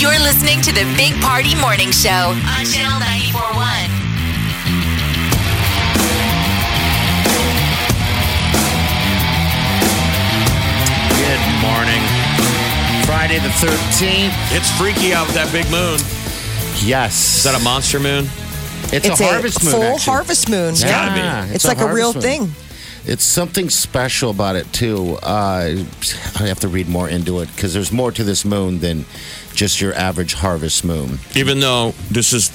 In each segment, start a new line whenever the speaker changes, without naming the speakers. You're listening to the Big Party Morning Show Oh, on Channel 941.
Good morning. Friday the 13th.
It's freaky out with that big moon.
Yes.
Is that a monster moon?
It's,
It's
a
a
harvest moon.
full
actually.
harvest moon.
Yeah,
gotta be.
It's, like a,
harvest
real
moon.
thing.
It's something special about it too. Uh, I have to read more into it because there's more to this moon than just your average harvest moon.
Even though this is,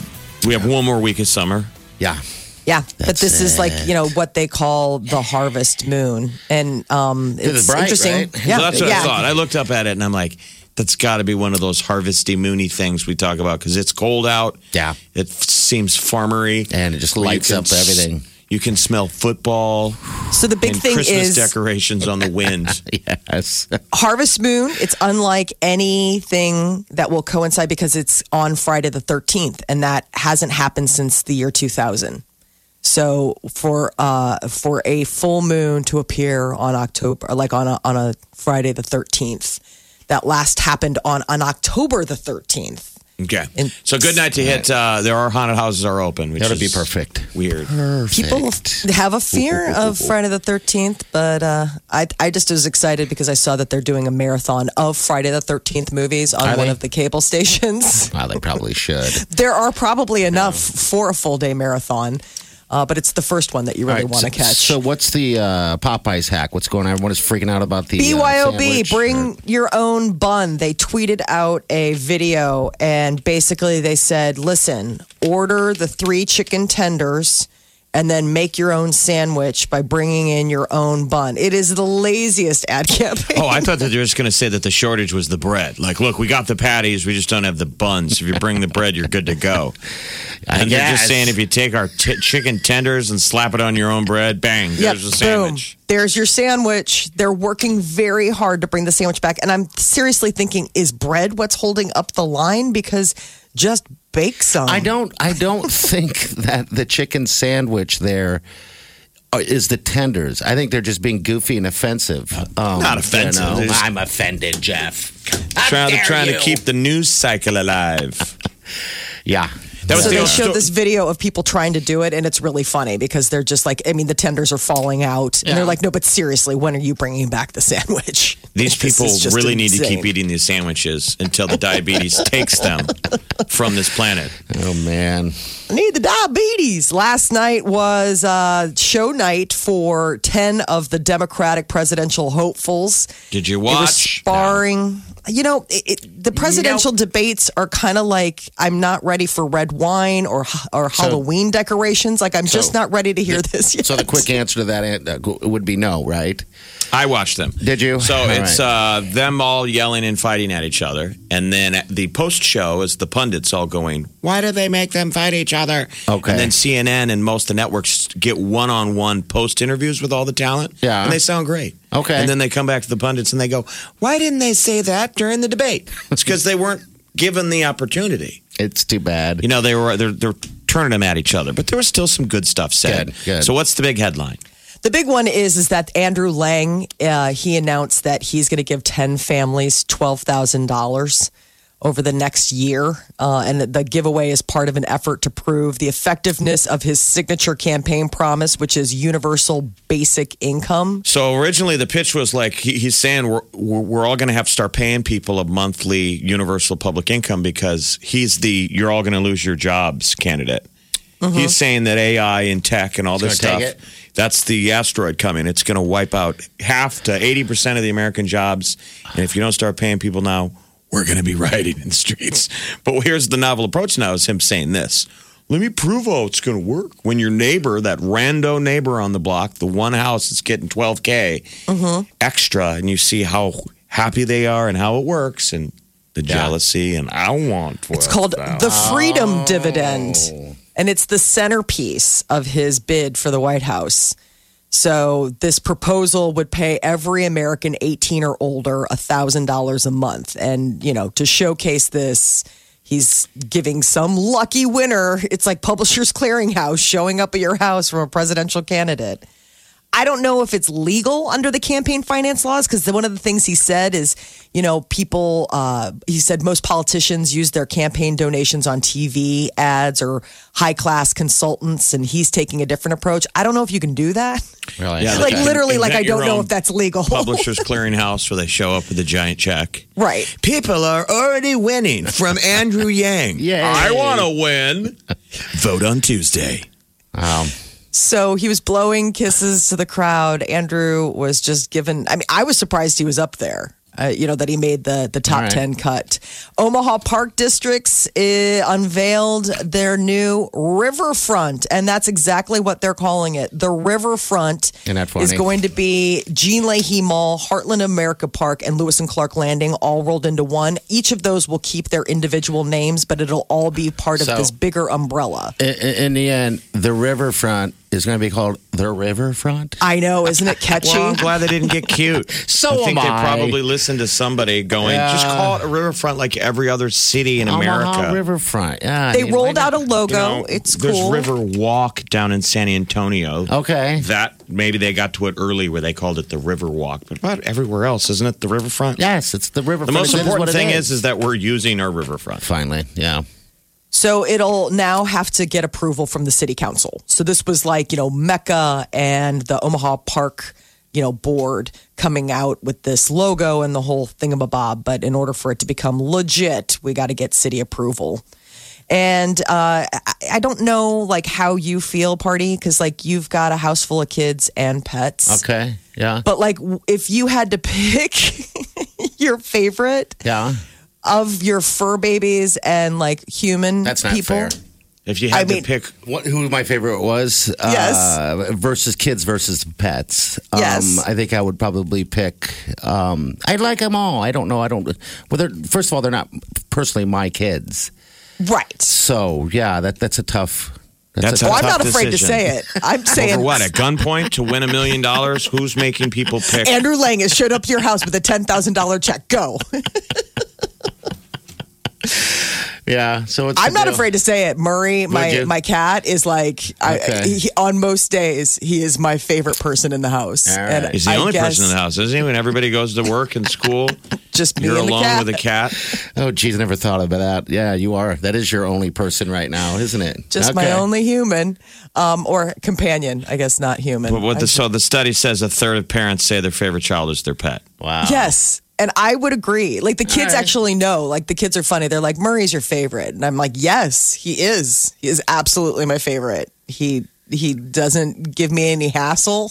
we have one more week of summer.
Yeah.
Yeah, but
That's
this is like you know
it.
what they call the harvest moon, and um,
it's
it's
bright,
interesting.
right?
Yeah,
So that's what
yeah.
I thought. I looked up at it and I'm like, that's got to be one of those harvesty moony things we talk about because it's cold out.
Yeah.
It f- seems farmery.
And it just
Where you
lights
can
up everything.
s- You can smell football
So the big
and
thing
Christmas
is
decorations on the wind.
Yes.
harvest moon. It's unlike anything that will coincide because it's on Friday the thirteenth, and that hasn't happened since the year two thousand. So for uh, for a full moon to appear on October, like on a, on a Friday the thirteenth, that last happened on on October the thirteenth.
Okay.
And-
so good night to hit. Uh, there are haunted houses are open. Which
That'll be
is
perfect.
Weird.
people
Perfect.
have a fear of Friday the 13th, but uh, I, I just was excited because I saw that they're doing a marathon of Friday the 13th movies on
Are
one
they?
of the cable stations.
Wow, they probably should.
there are probably enough for a full day marathon, uh, but it's the first one that you really
All right,
want to
so,
catch.
So, what's the uh, Popeyes hack? What's going on? Everyone is freaking out about the uh,
BYOB,
sandwich
bring
or-
your own bun. They tweeted out a video and basically they said, listen, order the three chicken tenders and then make your own sandwich by bringing in your own bun. It is the laziest ad campaign.
Oh, I thought that they were just going to say that the shortage was the bread. Like, look, we got the patties, we just don't have the buns. If you bring the bread, you're good to go.
I
And they're just
guess.
saying if you take our t- chicken tenders and slap it on your own bread, bang,
Yep,
there's a sandwich.
Boom. There's your sandwich. They're working very hard to bring the sandwich back. And I'm seriously thinking, is bread what's holding up the line? Because just bake some.
Um,
I don't. I don't think that the chicken sandwich there are- is the tenders. I think they're just being goofy and offensive. Um,
Not offensive.
you know.
They're just-
I'm offended, Jeff.
Trying, they're trying to keep the news cycle alive.
Yeah.
That was
So
the
they
old
showed
sto-
this video of people trying to do it, and it's really funny because they're just like, I mean, the tenders are falling out, and they're like, no, but seriously, when are you bringing back the sandwich?
These
This
people
is just
really need to keep
insane.
eating these sandwiches until the diabetes takes them from this planet.
Oh man.
Need the diabetes. Last night was uh, show night for ten of the Democratic presidential hopefuls.
Did you
It was
watch?
sparring. You know, it, it, the presidential debates are kind of like I'm not ready for red wine or or Halloween decorations. Like I'm just not ready to hear this yet.
So the quick answer to that an- uh, would be no, right?
I watched them.
Did you?
So
All
it's
right.
uh, them all yelling and fighting at each other, and then at the post show is the pundits all going, "Why do they make them fight each other?"
Okay.
And then CNN and most of the networks get one-on-one post interviews with all the talent.
Yeah.
And they sound great.
Okay.
And then they come back to the pundits and they go, "Why didn't they say that during the debate?" It's because they weren't given the opportunity.
It's too bad.
You know, they were they're, they're turning them at each other, but there was still some good stuff said.
Good, good.
So what's the big headline?
The big one is is that Andrew Lang uh, he announced that he's going to give ten families twelve thousand dollars over the next year, uh, and the giveaway is part of an effort to prove the effectiveness of his signature campaign promise, which is universal basic income.
So originally the pitch was like he, he's saying we're we're we're all going to have to start paying people a monthly universal public income because he's the you're all going to lose your jobs candidate. He's saying that AI and tech and all this
Mm-hmm. gonna
stuff
take it?
that's the asteroid coming. It's going to wipe out half to 80% of the American jobs and if you don't start paying people now, we're going to be rioting in the streets. But here's the novel approach now is him saying this. Let me prove how it's going to work. When your neighbor, that rando neighbor on the block, the one house that's getting 12K
Mm-hmm.
extra, and you see how happy they are and how it works and the jealousy, and I want for
It's called the Freedom Dividend. And it's the centerpiece of his bid for the White House. So this proposal would pay every American 18 or older $1,000 a month. And, you know, to showcase this, he's giving some lucky winner. It's like Publishers Clearinghouse showing up at your house from a presidential candidate. I don't know if it's legal under the campaign finance laws because one of the things he said is, you know, people, uh, he said most politicians use their campaign donations on TV ads or high class consultants, and he's taking a different approach. I don't know if you can do that.
Really?
Yeah,
Like,
Okay.
literally, like, I
Invent your
don't know
own
if that's legal.
Publishers Clearinghouse where they show up with a giant check.
right.
People are already winning from Andrew Yang.
Yay.
I want to win. Vote on Tuesday.
Wow.
So he was blowing kisses to the crowd. Andrew was just given. I mean, I was surprised he was up there. Uh, you know that he made the the top
All right.
ten cut. Omaha Park Districts eh, unveiled their new riverfront, and that's exactly what they're calling it. The riverfront
Isn't that
is
funny?
going to be Jean Leahy Mall, Heartland America Park, and Lewis and Clark Landing all rolled into one. Each of those will keep their individual names, but it'll all be part of
So-
this bigger umbrella.
I- I- In the end, the riverfront is going to be called the riverfront.
I know, isn't it catchy?
Well, I'm glad they didn't get cute.
So
I think
am
they
I.
probably listened to somebody going, just
Yeah.
call it a riverfront like every other city in America.
Omaha riverfront. Yeah, I
They
mean,
rolled
why
out a
not?
logo.
You know,
it's
there's
cool.
River Walk down in San Antonio.
Okay.
That maybe they got to it early where they called it the River Walk, but about everywhere else, isn't it the riverfront?
Yes, it's the riverfront.
The most
It is what
important
it
thing is is that we're using our riverfront.
finally, yeah.
So it'll now have to get approval from the city council. So this was like, you know, Mecca and the Omaha Park, you know, board coming out with this logo and the whole thingamabob. But in order for it to become legit, we got to get city approval. And uh, I, I don't know like how you feel, party, because like you've got a house full of kids and pets.
Okay, yeah,
But like, w- if you had to pick your favorite,
yeah.
of your fur babies and like human
That's not
people.
fair.
If you had
I
to
mean-
pick
What, who my favorite was? Uh, versus kids versus pets. Um,
Yes.
I think I would probably pick. Um, I like them all. I don't know. I don't. Well, they're, first of all, they're not personally my kids.
Right.
So yeah, that that's a tough.
That's
Well,
a
I'm
tough
not afraid to
decision.
say it. I'm saying
over what, at gunpoint to win a million dollars, who's making people pick?
Andrew Lang has showed up to your house with a ten thousand dollar check. Go.
yeah. So it's
I'm
a
not
deal.
afraid to say it. Murray, my
you?
my cat is like I,
Okay.
he, on most days he is my favorite person in the house.
All right.
He's the
I
only person in
guess
the house, isn't he? When everybody goes to work and school,
Just me
you're
and the
alone
cat.
with a cat.
Oh, geez, I never thought about that. Yeah, you are. That is your only person right now, isn't it?
Just
Okay.
my only human, um, or companion. I guess not human.
But what
I
the, so the study says a third of parents say their favorite child is their pet.
Wow.
Yes. And I would agree. Like the kids
right.
actually know. Like the kids are funny. They're like, Murray's your favorite. And I'm like, yes, he is. He is absolutely my favorite. He he doesn't give me any hassle.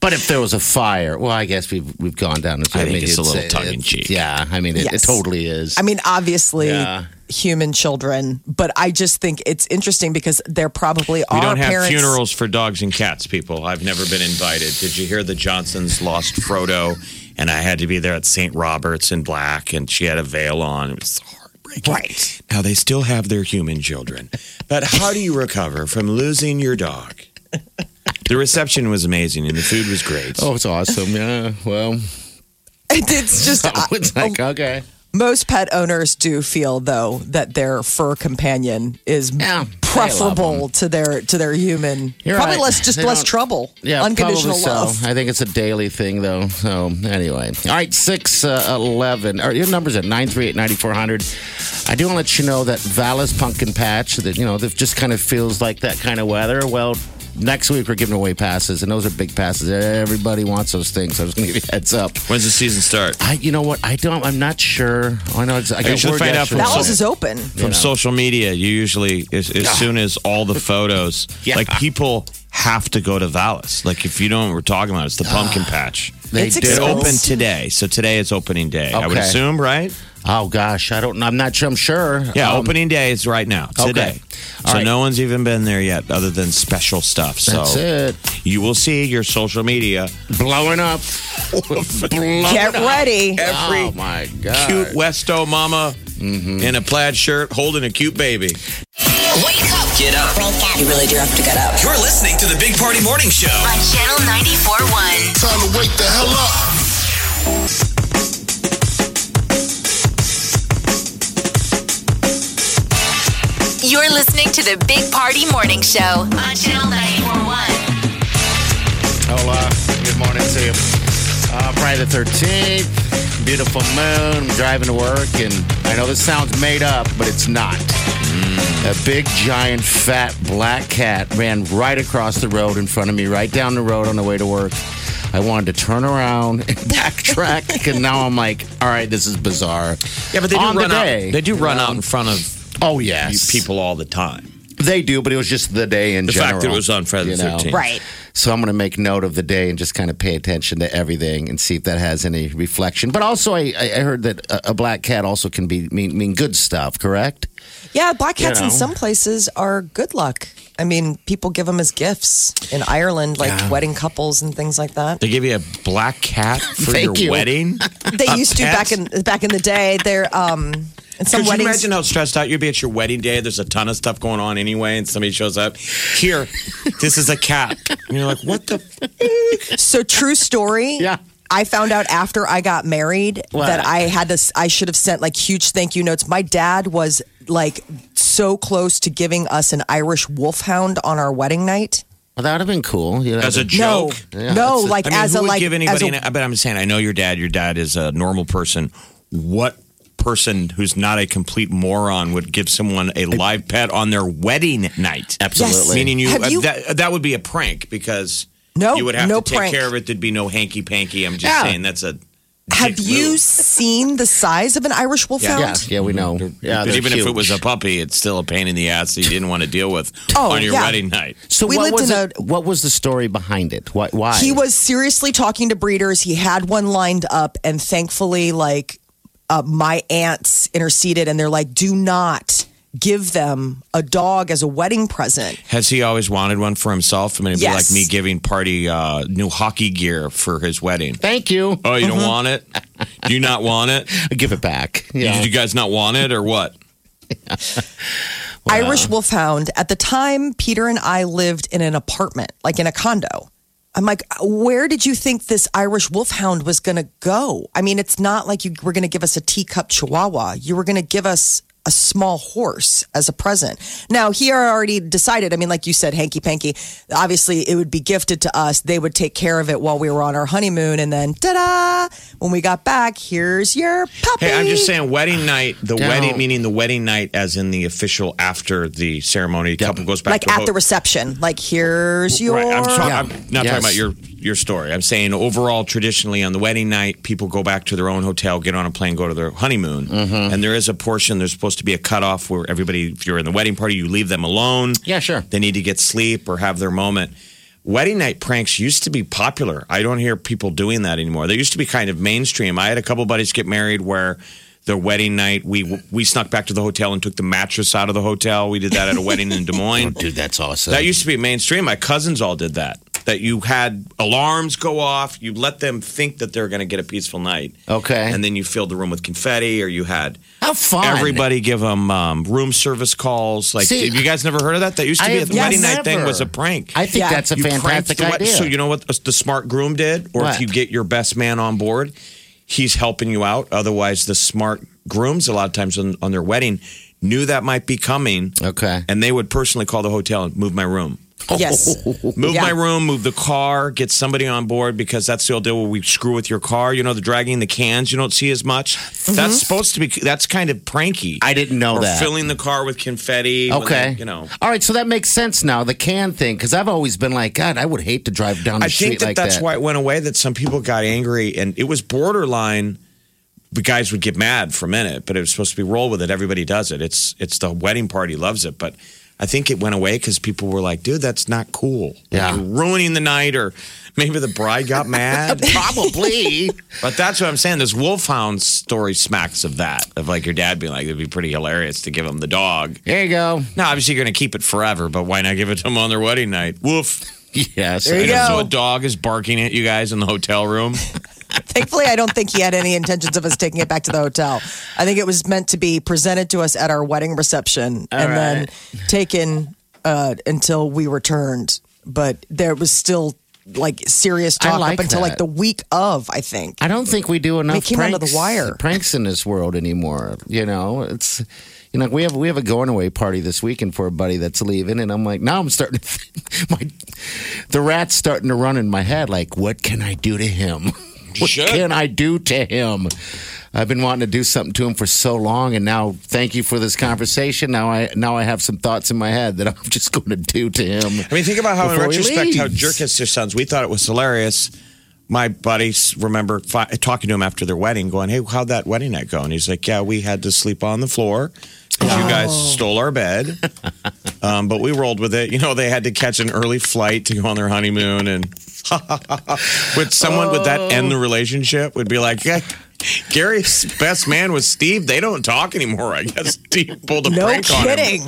But if there was a fire, well, I guess we've we've gone down.
I think it's a little tongue-in-cheek.
Yeah, I mean, it, it
Yes.
totally is.
I mean, obviously
Yeah.
human children, but I just think it's interesting because there probably
We
are
don't have
parents.
funerals for dogs and cats, people. I've never been invited. Did you hear the Johnsons lost Frodo and I had to be there at St. Robert's in black and she had a veil on? It was heartbreaking. Right. Now they still have their human children. But how do you recover from losing your dog? The reception was amazing and the food was great.
oh, it's awesome. Yeah. Well,
It's just
it's like okay.
most pet owners do feel though that their fur companion is
Yeah, they love
preferable to their to their human.
You're
probably
right.
less just
They
less
don't-
trouble.
Yeah,
unconditional
probably so.
love.
I think it's a daily thing, though. So anyway, all right, six uh, eleven. Or your numbers at nine three eight ninety four hundred. I do want to let you know that Valis Pumpkin Patch, that you know, that just kind of feels like that kind of weather. Well, next week we're giving away passes, and those are big passes. Everybody wants those things. So I was going to give you a heads up.
When's the season start?
I, you know what? I don't. I'm not sure. I know. It's, I got
should
word
find out
yesterday.
from
Dallas
So-
is open.
from social media you usually as, as soon as all the photos
Yeah.
like people have to go to Valis. Like if you don't, we're talking about it's the pumpkin patch.
They
It's
do.
It
Yes.
opened today, so today is opening day. I would
Okay.
assume, right?
Oh gosh, I don't. know. I'm not sure. I'm sure.
Yeah,
Um,
opening day is right now,
Okay.
today.
All
So
right.
no one's even been there yet, other than special stuff. So
That's it.
you will see your social media
Blowing up. Blowing
Get
up.
ready.
Oh my god.
cute Westo mama in a plaid shirt holding a cute baby.
Wake up
Get up.
You really do have to get up.
You're listening to the Big Party Morning Show.
on Channel 94.1.
Time to wake the hell up.
You're listening to the Big Party Morning Show on Channel 94.1.
Hola. Good morning to you. Uh, Friday the 13th. Beautiful moon. I'm driving to work, and I know this sounds made up, but it's not.
Mm.
A big, giant, fat black cat ran right across the road in front of me, right down the road on the way to work. I wanted to turn around and backtrack, and now I'm like, all right, this is bizarre. on the day, um,
They do run out in front of
Oh yes,
people all the time.
They do, but it was just the day in
The
general.
fact that it was on Friday
you
the
know.
13th.
Right.
So I'm going to make note of the day and just kind of pay attention to everything and see if that has any reflection. But also, I, I I heard that a, a black cat also can be mean, mean good stuff. Correct?
Yeah, black cats in
know.
some places are good luck. I mean, people give them as gifts in Ireland, like wedding couples and things like that.
They give you a black cat for your
Thank you.
wedding.
They
A
used to
pet?
back in back in the day. They're um, in some
Could you
weddings.
imagine how stressed out you'd be at your wedding day? There's a ton of stuff going on anyway, and somebody shows up. Here, this is a cat. And you're like, what the? F-?
So true story.
Yeah.
I found out after I got married
What?
that I had this I should have sent like huge thank you notes. My dad was like so close to giving us an Irish wolfhound on our wedding night.
Well, that would have been cool. You know,
As a
No.
joke?
Yeah,
no,
it's a-
like
I mean,
as
who
a
would
like
give anybody?
as a-
an- but I'm saying, I know your dad. Your dad is a normal person. What person who's not a complete moron would give someone a live pet on their wedding night?
Absolutely.
Meaning you,
Have
uh,
you-
that that would be a prank because
No,
you would have
no
to take
prank.
care of it. There'd be no hanky panky. I'm just
Yeah.
saying that's a.
have
dick
you
move.
seen the size of an Irish wolfhound?
yeah, yeah, we know. Yeah,
But
they're
even if it
huge.
was a puppy, it's still a pain in the ass that you didn't want to deal with
Oh,
on your
yeah.
wedding night.
so
we
what
lived
was
in
it-
a-
what was the story behind it? Why? why?
He was seriously talking to breeders. He had one lined up, and thankfully, like uh, my aunts interceded, and they're like, "Do not give them a dog as a wedding present."
Has he always wanted one for himself? I mean, it'd be like
Yes.
me giving party uh, new hockey gear for his wedding.
Thank you.
Oh, you don't
Mm-hmm.
want it? Do you not want it?
Give it back. Yeah.
Did you guys not want it or what?
Irish Wolfhound. At the time, Peter and I lived in an apartment, like in a condo. I'm like, where did you think this Irish Wolfhound was going to go? I mean, it's not like you were going to give us a teacup Chihuahua. You were going to give us a small horse as a present. Now, he had already decided. I mean, like you said, hanky panky. Obviously, it would be gifted to us. They would take care of it while we were on our honeymoon. And then, ta da, when we got back, here's your puppy.
Hey, I'm just saying, wedding night, the
Don't.
wedding, meaning the wedding night as in the official after the ceremony, couple goes back
Like
to
at
ho-
the reception, like here's your.
Right, I'm, ta-
Yeah.
I'm not
Yes.
talking about your your story. I'm saying overall, traditionally on the wedding night, people go back to their own hotel, get on a plane, go to their honeymoon. And there is a portion. There's supposed to be a cutoff where everybody, if you're in the wedding party, you leave them alone.
Yeah, sure.
They need to get sleep or have their moment. Wedding night pranks used to be popular. I don't hear people doing that anymore. They used to be kind of mainstream. I had a couple buddies get married where their wedding night we we snuck back to the hotel and took the mattress out of the hotel. We did that at a wedding in Des Moines.
Dude, that's awesome.
That used to be mainstream. My cousins all did that. That you had alarms go off, you let them think that they're going to get a peaceful night.
Okay.
And then you filled the room with confetti, or you had
How fun.
everybody give them um, room service calls. Like,
See,
have you guys never heard of that? That used to
I
be a
have
wedding
never.
night thing was a prank.
I think
Yeah.
that's a
You pranked
fantastic
the wed-
idea.
So you know what the smart groom did, or
What?
if you get your best man on board, he's helping you out. Otherwise, the smart grooms a lot of times on, on their wedding knew that might be coming.
Okay.
and they would personally call the hotel and move my room.
Yes.
Move
Yeah.
my room, move the car, get somebody on board because that's the old deal where we screw with your car. You know, the dragging the cans you don't see as much. That's supposed to be, that's kind of pranky.
Mm-hmm. I didn't know
or
that.
filling the car with confetti. when
Okay.
they- you know.
All right, so that makes sense now, the can thing, because I've always been like, God, I would hate to drive down the
I
street
think that
like
that's
that.
why it went away, that some people got angry and it was borderline. The guys would get mad for a minute, but it was supposed to be roll with it. Everybody does it. It's it's the wedding party loves it, but I think it went away because people were like, dude, that's not cool.
Yeah.
You're ruining the night, or maybe the bride got mad.
Probably.
But that's what I'm saying. This wolfhound story smacks of that, of like your dad being like, it'd be pretty hilarious to give him the dog.
there you go.
Now, obviously, you're going to keep it forever, but why not give it to them on their wedding night? Woof.
Yes.
There
And
you go.
So a dog is barking at you guys in the hotel room.
Thankfully, I don't think he had any intentions of us taking it back to the hotel. I think it was meant to be presented to us at our wedding reception and then taken uh, until we returned. But there was still like serious
I
talk
like
up until
that.
like the week of, I think.
I don't think we do enough
came
pranks,
under the wire.
pranks in this world anymore. You know, it's you know we have we have a going away party this weekend for a buddy that's leaving, and I'm like, now I'm starting to think, my the rat's starting to run in my head. Like, what can I do to him? What
Sure.
can I do to him? I've been wanting to do something to him for so long, and now thank you for this conversation. Now I now I have some thoughts in my head that I'm just going to do to him.
I mean, think about how, in
before he
retrospect, how
leaves.
jerkish this sounds. We thought it was hilarious. My buddies remember fi- talking to him after their wedding, going, Hey, how'd that wedding night go? And he's like, Yeah, we had to sleep on the floor because you guys
Oh.
stole our bed. um, but we rolled with it. You know, they had to catch an early flight to go on their honeymoon. And with someone, would that end the
Oh.
relationship? Would be like, yeah, Gary's best man was Steve. They don't talk anymore. I guess Steve pulled a
No
prank on him.
kidding.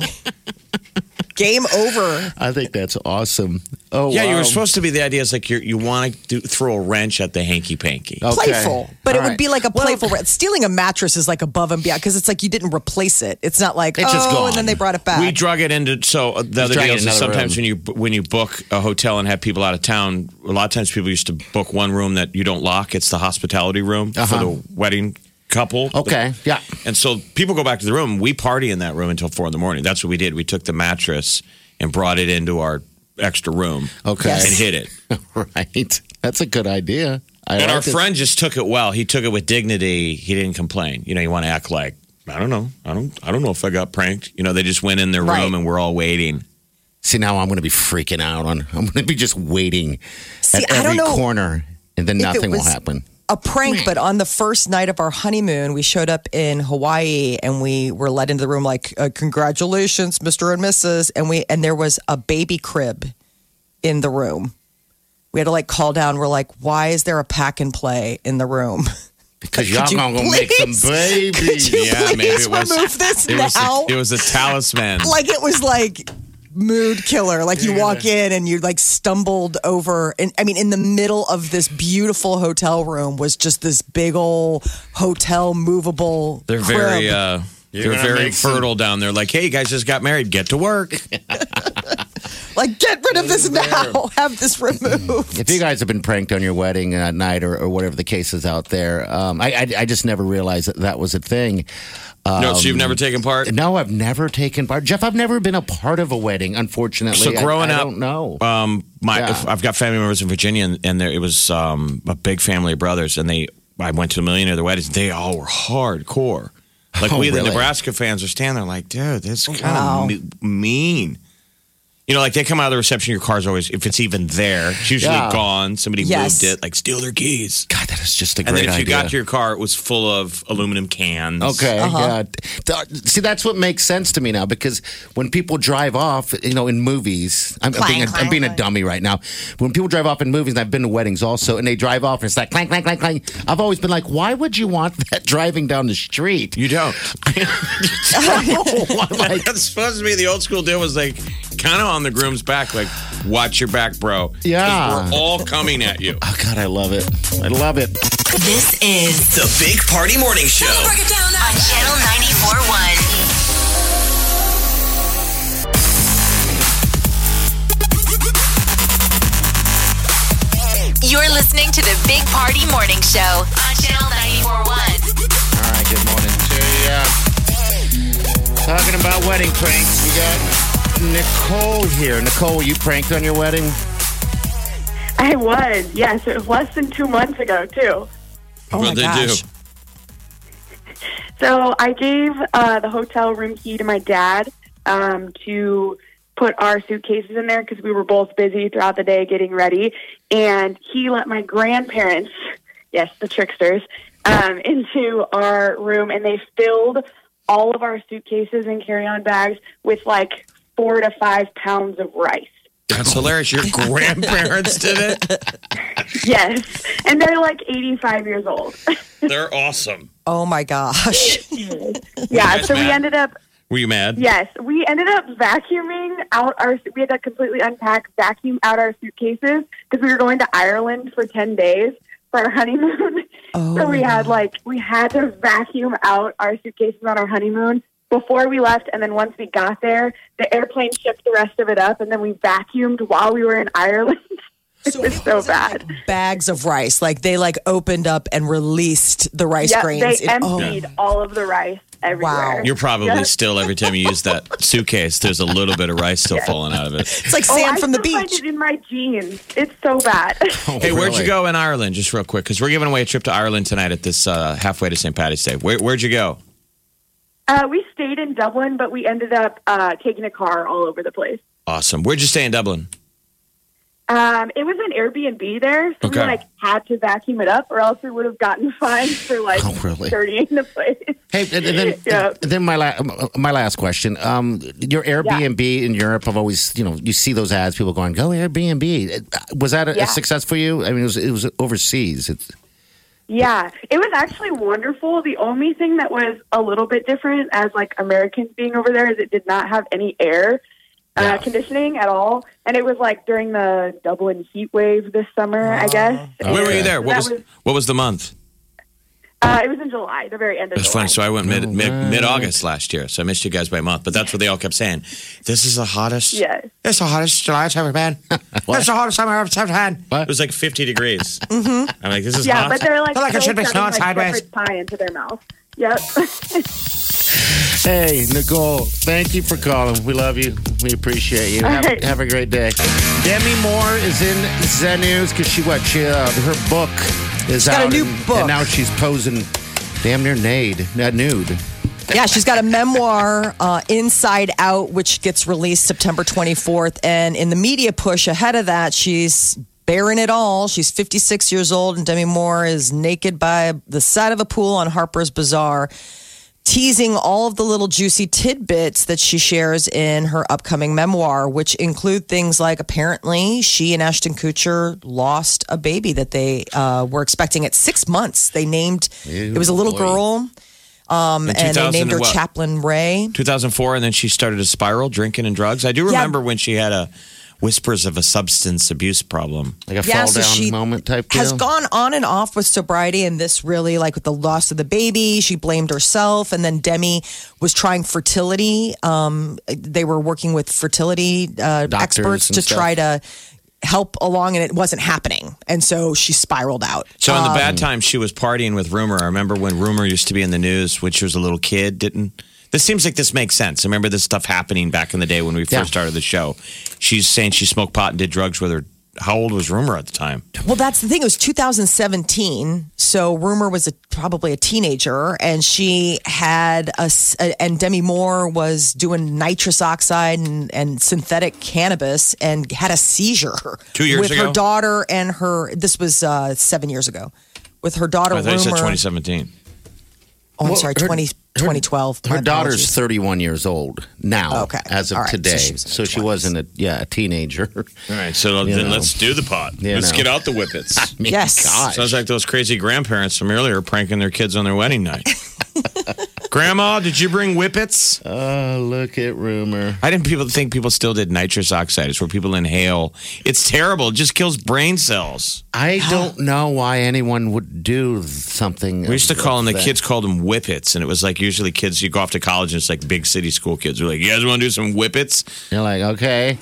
Game over.
I think that's awesome. Oh
Yeah, you
wow.
were supposed to be the idea is like you're, you want to do, throw a wrench at the hanky panky.
Okay.
Playful, but
All
it would
right.
be like a
Well-
playful. stealing a mattress is like above and beyond because it's like you didn't replace it. It's not like
It's
oh,
just gone.
and then they brought it back.
We drug it into so uh, the other
drag
deal
it
is
another
sometimes
room.
when you when you book a hotel and have people out of town, a lot of times people used to book one room that you don't lock. It's the hospitality room for the wedding couple.
Uh-huh. Okay, yeah.
And so people go back to the room. We party in that room until four in the morning. That's what we did. We took the mattress and brought it into our extra room.
Okay.
Yes.
And hit it.
Right. That's a good idea. I
and
like
our
this.
friend just took it well. He took it with dignity. He didn't complain. You know, you want to act like I don't know. I don't. I don't know if I got pranked. You know, they just went in their
Right.
room and we're all waiting.
See, now I'm going to be freaking out on. I'm going to be just waiting
See,
at
I
every
don't know
corner, and then
if it
nothing will
was-
happen.
a prank, but on the first night of our honeymoon, we showed up in Hawaii and we were led into the room like, uh, "Congratulations, Mr. and Mrs." And we and there was a baby crib in the room. We had to like call down. We're like, "Why is there a pack and play in the room?"
Because y'all
Could you
going to make some
please-
babies.
Could you
Yeah, maybe
please
it was-
remove this
It was.
now?
A, it was a talisman.
like it was like mood killer. Like you walk in and you like stumbled over, and I mean, in the middle of this beautiful hotel room was just this big old hotel movable.
they're very.
crib.
Uh, they're
gonna
very
make some-
fertile down there. Like, hey, you guys just got married. Get to work.
like get rid of this now. Have this removed.
If you guys have been pranked on your wedding uh, night or, or whatever the case is out there, um, I, I, I just never realized that that was a thing.
no, so you've never taken part.
No, I've never taken part. Jeff, I've never been a part of a wedding, unfortunately.
So
I-
growing
I,
up,
don't know.
Um, my
Yeah.
I've got family members in Virginia, and, and there it was um, a big family of brothers, and they I went to a millionaire of their weddings. They all were hardcore. Like
Oh,
we, the
really? Oh,
Nebraska fans, are standing there like, dude, that's kind
Wow.
of mean. You know, like they come out of the reception, your car's always, if it's even there, it's usually
Yeah.
gone. Somebody
Yes.
moved it, like steal their keys.
God, that is just a
And
great
then if you
idea.
got to your car, it was full of aluminum cans.
Okay, yeah. Th- uh, See, that's what makes sense to me now because when people drive off, you know, in movies, I'm, I'm being, a, I'm being a dummy right now. When people drive off in movies, and I've been to weddings also, and they drive off and it's like clank, clank, clank, clank. I've always been like, why would you want that driving down the street?
You don't.
I'm like,
That's supposed to be the old school deal was like kind of on the groom's back, like, watch your back, bro. 'Cause
Yeah.
We're all coming at you.
oh God, I love it. I love it.
This is
The Big Party Morning Show.
Break it down
on Channel 94.1. You're listening to the Big Party Morning Show on Channel 94.1.
All right, good morning to you. Talking about wedding pranks, we got Nicole here. Nicole, were you pranked on your wedding?
I was, yes. It was less than two months ago, too.
Oh my
What'd they do?
gosh.
So I gave uh, the hotel room key to my dad um, to put our suitcases in there because we were both busy throughout the day getting ready. And he let my grandparents, yes, the tricksters, um, into our room and they filled all of our suitcases and carry on bags with like four to five pounds of rice.
That's hilarious. Your grandparents did it.
Yes. And they're like 85 years old.
They're awesome.
Oh my gosh.
yeah.
Yes,
So we
ma'am.
ended up
Were you mad?
Yes, we ended up vacuuming out our. We had to completely unpack, vacuum out our suitcases because we were going to Ireland for ten days for our honeymoon. so we had like we had to vacuum out our suitcases on our honeymoon before we left, and then once we got there, the airplane shipped the rest of it up, and then we vacuumed while we were in Ireland. it was so
wasn't,
bad.
like, bags of rice. Like they like opened up and released the rice
yeah,
grains.
they
in- oh,
emptied all of the rice everywhere.
You're probably still every time you use that suitcase. There's a little bit of rice still falling out of it.
it's like
Oh,
sand
I
from the
still find
beach.
it in my jeans. It's so bad.
Hey, where'd
Really?
you go in Ireland? Just real quick, because we're giving away a trip to Ireland tonight at this uh, halfway to St. Patty's Day. Where, where'd you go?
Uh, we stayed in Dublin, but we ended up uh, taking a car all over the place.
Awesome. Where'd you stay in Dublin?
Um, it was an Airbnb there, so
Okay.
we like had to vacuum it up, or else we would have gotten fined for like
Oh, really?
dirtying the place.
Hey, and and then
Yeah.
and then my la- my last question. Um, your Airbnb in Europe, I've always you know you see those ads, people going, "Go Airbnb." Uh, Was that a,
Yeah.
a success for you? I mean, it was it was overseas. It's,
Yeah, it was actually wonderful. The only thing that was a little bit different as like Americans being over there is it did not have any air uh,
Yeah.
conditioning at all, and it was like during the Dublin heat wave this summer, I guess.
Ah. Where were
Okay.
you there? What
That
was,
was-
what was the month?
Uh, it was in July, the very end of
That's
July.
funny. So I went mid
Oh,
mid mid August last year, so I missed you guys by a month. But that's what they all kept saying. This is the hottest.
Yes.
It's the hottest July I've ever been. That's the hottest summer I've ever had.
What?
It was like 50 degrees. I'm like, this is
Mm-hmm. Yeah,
hot.
but they're like,
Feel like I
still
should be
shoving,
snowing
like,
sideways.
shepherd's pie into their mouth. Yep.
hey, Nicole, thank you for calling. We love you. We appreciate you. Have,
right.
have a great day. Demi Moore is in Zen News because she what she uh, her book is
got a
out
new
and,
book.
and now she's posing damn near nade, uh, nude.
Yeah, she's got a memoir, uh, Inside Out, which gets released September 24th. And in the media push ahead of that, she's bearing it all. She's 56 years old, and Demi Moore is naked by the side of a pool on Harper's Bazaar, teasing all of the little juicy tidbits that she shares in her upcoming memoir, which include things like apparently she and Ashton Kutcher lost a baby that they uh, were expecting at six months. They named it was a little girl and they
2000
named her
what?
Chaplain Ray.
2004, and then she started a spiral, drinking and drugs. I do remember when she had a whispers of a substance abuse problem.
Like a fall down moment type deal.
has gone on and off with sobriety, and this really like with the loss of the baby, she blamed herself, and then Demi was trying fertility. Um, they were working with fertility uh,
Doctors
experts
and
to
stuff.
try to help along, and it wasn't happening, and so she spiraled out.
So in the
Um,
bad times, she was partying with Rumor. I remember when Rumor used to be in the news when she was a little kid. Didn't this seems like this makes sense? I remember this stuff happening back in the day when we first
Yeah.
started the show. She's saying she smoked pot and did drugs with her. How old was Rumor at the time?
Well, that's the thing. It was 2017, so Rumor was a, probably a teenager, and she had a, s- a- and Demi Moore was doing nitrous oxide and, and synthetic cannabis, and had a seizure
Two years
with
ago?
her daughter and her. This was uh, seven years ago with her daughter.
I thought you said
Rumor.
2017.
Oh, I'm
Well,
sorry,
her-
20,
her-
2012.
Her
My
daughter's
apologies.
31 years old now,
Okay.
as of
All right. So
today.
she was in
So
her
she
20s.
wasn't a yeah a teenager.
All right, so
You
then
know.
let's do the pot.
You
let's
know.
get out the whippets.
My
Yes.
gosh.
Sounds like those crazy grandparents from earlier pranking their kids on their wedding night. Grandma, did you bring whippets?
Oh, look at rumor.
I didn't people think people still did nitrous oxide. It's where people inhale. It's terrible. It just kills brain cells.
I don't know why anyone would do something.
We used to
of
call them the
that.
kids called them whippets, and it was like usually kids you go off to college and it's like big city school kids. We're like, you guys want to do some whippets?
You're like, okay,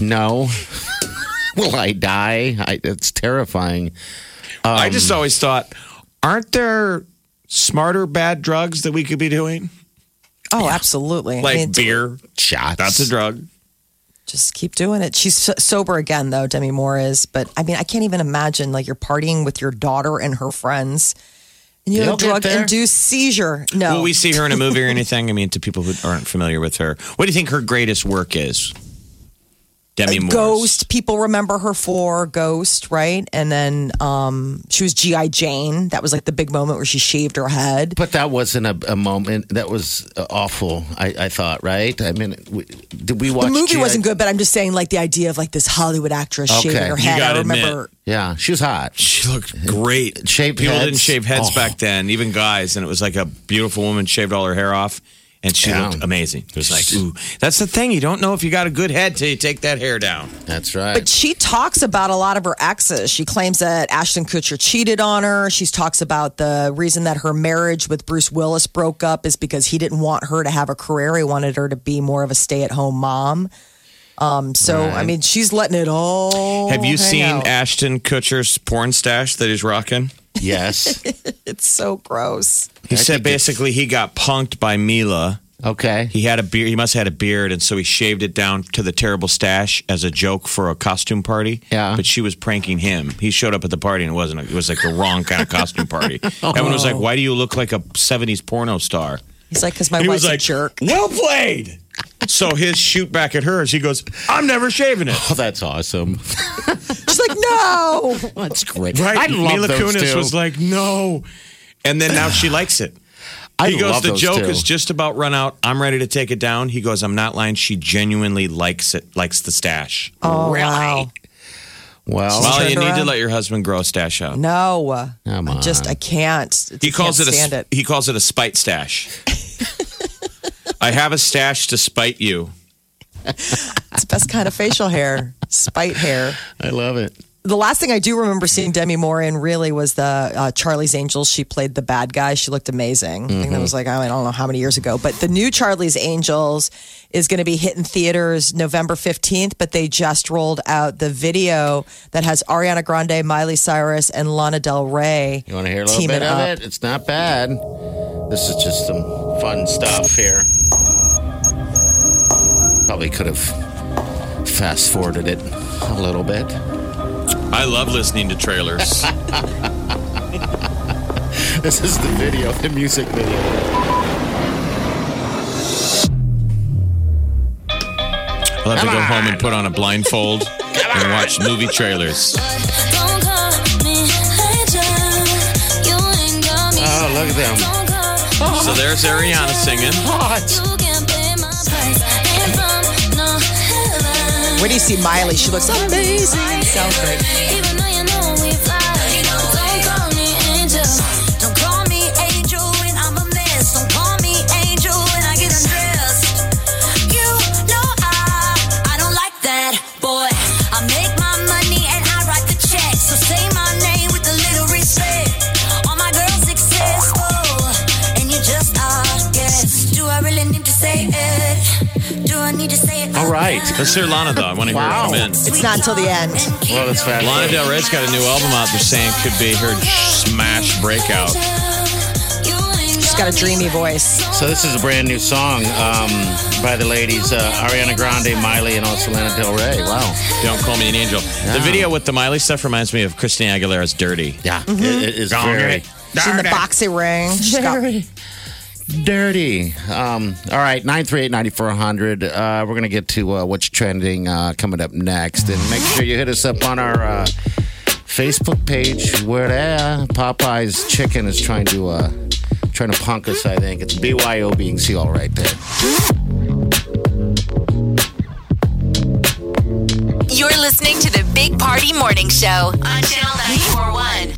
no. Will I die? I, it's terrifying.
I just always thought, aren't there smarter bad drugs that we could be doing?
Oh, absolutely. I
Like
mean,
beer.
Shots.
That's a drug.
just keep doing it. She's so- sober again, though, Demi Moore is. But I mean, I can't even imagine like you're partying with your daughter and her friends and you have a
You'll get
drug
there.
induced seizure. No.
Will we see her in a movie or anything? I mean, to people who aren't familiar with her, what do you think her greatest work is? Demi Moore.
Ghost, people remember her for Ghost, right? And then um, she was G.I. Jane. That was like the big moment where she shaved her head.
But that wasn't a, a moment. That was uh, awful. I, I thought, right? I mean, we, did we watch
The movie
G.I.
wasn't good, but I'm just saying, like, the idea of like this Hollywood actress shaving
Okay.
her
You
head. I
gotta admit,
remember.
Yeah, she was hot.
She looked great.
Shaved
People
heads?
didn't shave heads
Oh.
back then, even guys. And it was like a beautiful woman shaved all her hair off, and she
Yeah.
looked amazing. It was like, ooh, that's the thing. You don't know if you got a good head till you take that hair down.
That's right.
But she talks about a lot of her exes. She claims that Ashton Kutcher cheated on her. She talks about the reason that her marriage with Bruce Willis broke up is because he didn't want her to have a career. He wanted her to be more of a stay at home mom. Um, so, I mean, she's letting it
Oh,
all.
Have you
hang
seen
out.
Ashton Kutcher's porn stash that he's rocking?
yes.
It's so gross.
He said basically he got punked by Mila.
Okay.
He had a beard. He must have had a beard, and so he shaved it down to the terrible stash as a joke for a costume party.
Yeah.
But she was pranking him. He showed up at the party, and it wasn't. It was like the wrong kind of costume party. Everyone was
Oh.
like, "Why do you look like a '70s porno star?"
He's like, because my
He
wife's
was like,
a jerk.
"Well played." So his shoot back at her is he goes, "I'm never shaving it."
Oh, that's awesome.
She's like, no.
That's great.
Right?
I love
Mila
those
Kunis
two.
was like, "No," and then now she likes it.
I
He goes,
love
the
those
joke
two.
is just about run out. I'm ready to take it down. He goes, I'm not lying. She genuinely likes it, likes the stash.
Oh, wow.
well.
Molly, you
turned
need to
around.
let your husband grow a stash out.
No.
Come
I just,
on.
I can't.
He calls
can't
it a
stand
he calls it a spite stash. I have a stash to spite you.
It's the best kind of facial hair, spite hair.
I love it.
the last thing I do remember seeing Demi Moore in really was the uh, Charlie's Angels. She played the bad guy. She looked amazing. I think that was like I don't know how many years ago, but the new Charlie's Angels is going to be hitting theaters November fifteenth. But they just rolled out the video that has Ariana Grande, Miley Cyrus, and Lana Del Rey.
You want to hear a little
teaming
bit of
up.
it? It's not bad. This is just some fun stuff here. Probably could have fast forwarded it a little bit.
I love listening to trailers.
This is the video, the music video.
I'll have to go home and put on a blindfold and watch movie trailers.
Oh, look at them. Oh.
So there's Ariana singing.
Where do you see Miley? She looks amazing. Sounds great.
Boy, I make my money and I write the checks. So say my name with a little respect. All my girls successful, and you just are guests. Do I really need to say it? Do I need to say it?
All right.
Let's hear Lana though. I want to
Wow.
hear her come in.
It's not till the end.
Well, it's fast.
Lana Del Rey's got a new album out. They're saying it could be her smash breakout.
She's got a dreamy voice.
So this is a brand new song um, by the ladies uh, Ariana Grande, Miley, and also Lana Del Rey. Wow.
Don't call me an angel. The video with the Miley stuff reminds me of Christina Aguilera's "Dirty."
Yeah, it- it is very
She's in the boxy ring. She's got
dirty. Um, all right, 938-9400. Uh, we're going to get to uh, what's trending uh, coming up next. And make sure you hit us up on our uh, Facebook page where uh, Popeye's Chicken is trying to... Uh, Trying to punk us, I think. It's BYO being see all right there.
You're listening to the Big Party Morning Show on Channel 941.